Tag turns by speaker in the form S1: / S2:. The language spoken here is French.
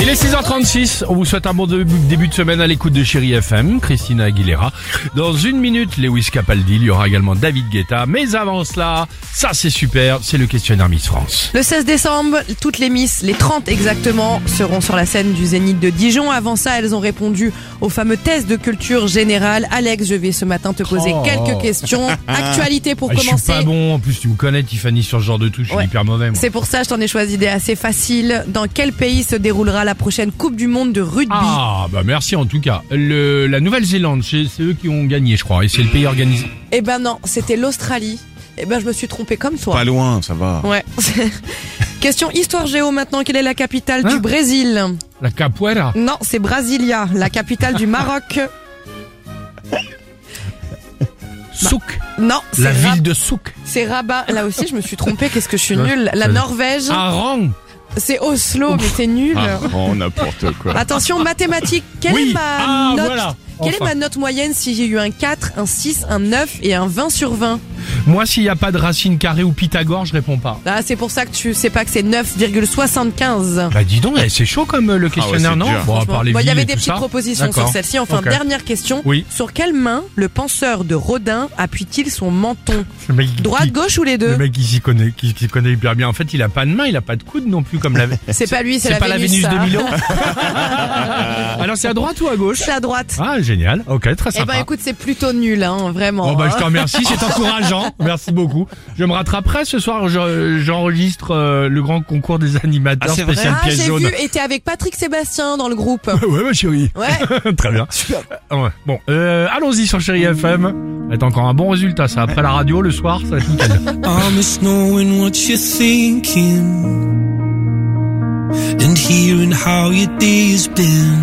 S1: Il est 6h36, on vous souhaite un bon dé- début de semaine à l'écoute de Chéri FM, Christina Aguilera. Dans une minute, Lewis Capaldi, il y aura également David Guetta. Mais avant cela, ça c'est super, c'est le questionnaire Miss France.
S2: Le 16 décembre, toutes les Miss, les 30 exactement, seront sur la scène du Zénith de Dijon. Avant ça, elles ont répondu au fameux test de culture générale. Alex, je vais ce matin te poser
S1: Oh.
S2: quelques questions. Actualité pour
S1: Ah, je suis
S2: commencer.
S1: pas bon, en plus tu me connais Tiffany sur ce genre de tout, je suis
S2: Ouais.
S1: hyper mauvais. moi.
S2: C'est pour ça, je t'en ai choisi des assez faciles. Dans quel pays se déroulera la prochaine Coupe du Monde de rugby
S1: Ah bah merci en tout cas. Le, la Nouvelle-Zélande, c'est c'est eux qui ont gagné je crois, et c'est le pays organisé.
S2: Eh ben non, c'était l'Australie. Eh ben je me suis trompée comme toi.
S3: Pas loin, ça va.
S2: Ouais. Question histoire géo maintenant. Quelle est la capitale
S1: Hein
S2: du Brésil
S1: La capoeira.
S2: Non, c'est Brasilia, la capitale du Maroc.
S1: Souk.
S2: Non, c'est
S1: La
S2: Rabat.
S1: ville de Souk.
S2: C'est Rabat. Là aussi, je me suis trompée. Qu'est-ce que je suis
S1: Ouais.
S2: nulle. La
S1: Ouais.
S2: Norvège,
S1: Aran.
S2: c'est Oslo, mais t'es nulle.
S3: Ah, oh, n'importe quoi.
S2: Attention, mathématiques. Quelle
S1: oui.
S2: est ma
S1: ah
S2: note
S1: voilà.
S2: Quelle
S1: Enfin.
S2: est ma note moyenne si j'ai eu un 4, un 6, un 9 et un 20 sur 20
S1: Moi s'il n'y a pas de racine carrée ou Pythagore, je réponds pas.
S2: Ah, c'est pour ça que tu sais pas que c'est 9,75.
S1: Bah dis donc, eh, c'est chaud comme euh, le questionnaire,
S3: Ah c'est
S1: non
S3: dur.
S1: Bon, à
S2: Franchement.
S1: part les
S2: Bon, Il y
S1: villes
S2: avait
S1: et
S2: des
S1: tout
S2: petites
S1: ça.
S2: propositions sur
S1: D'accord.
S2: celle-ci. Enfin,
S1: Ok.
S2: dernière question.
S1: Oui.
S2: Sur quelle main le penseur de Rodin appuie-t-il son menton
S1: Le mec,
S2: Droite, euh.
S1: qui,
S2: gauche ou les
S1: le
S2: deux
S1: mec qui s'y connaît, qui, qui connaît hyper bien. En fait, il a pas de main, il a pas de coude non plus comme la.
S2: C'est pas lui, c'est
S1: C'est
S2: la,
S1: pas la Vénus
S2: Vénus
S1: de
S2: ça.
S1: Milo. Alors c'est à droite ou à gauche
S2: C'est à droite.
S1: Ah génial. Ok, très
S2: Eh ben
S1: sympa.
S2: écoute, c'est plutôt nul, hein, vraiment.
S1: Bon bah je
S2: hein.
S1: te remercie, c'est encourageant. Merci beaucoup. Je me rattraperai ce soir. je- J'enregistre euh, le grand concours des animateurs
S3: Ah, c'est vrai
S1: spécial
S2: Ah,
S1: pièce
S2: j'ai
S1: jaune.
S2: vu, et t'es avec Patrick Sébastien dans le groupe.
S1: Ouais, ma chérie.
S2: Ouais,
S1: Très bien. Super. Ouais. Bon, euh, allons-y sur Chéri FM. Attends, encore un bon résultat, ça. Après la radio, le soir, ça va être nickel.
S4: I miss knowing what you're thinking and hearing how your day's been.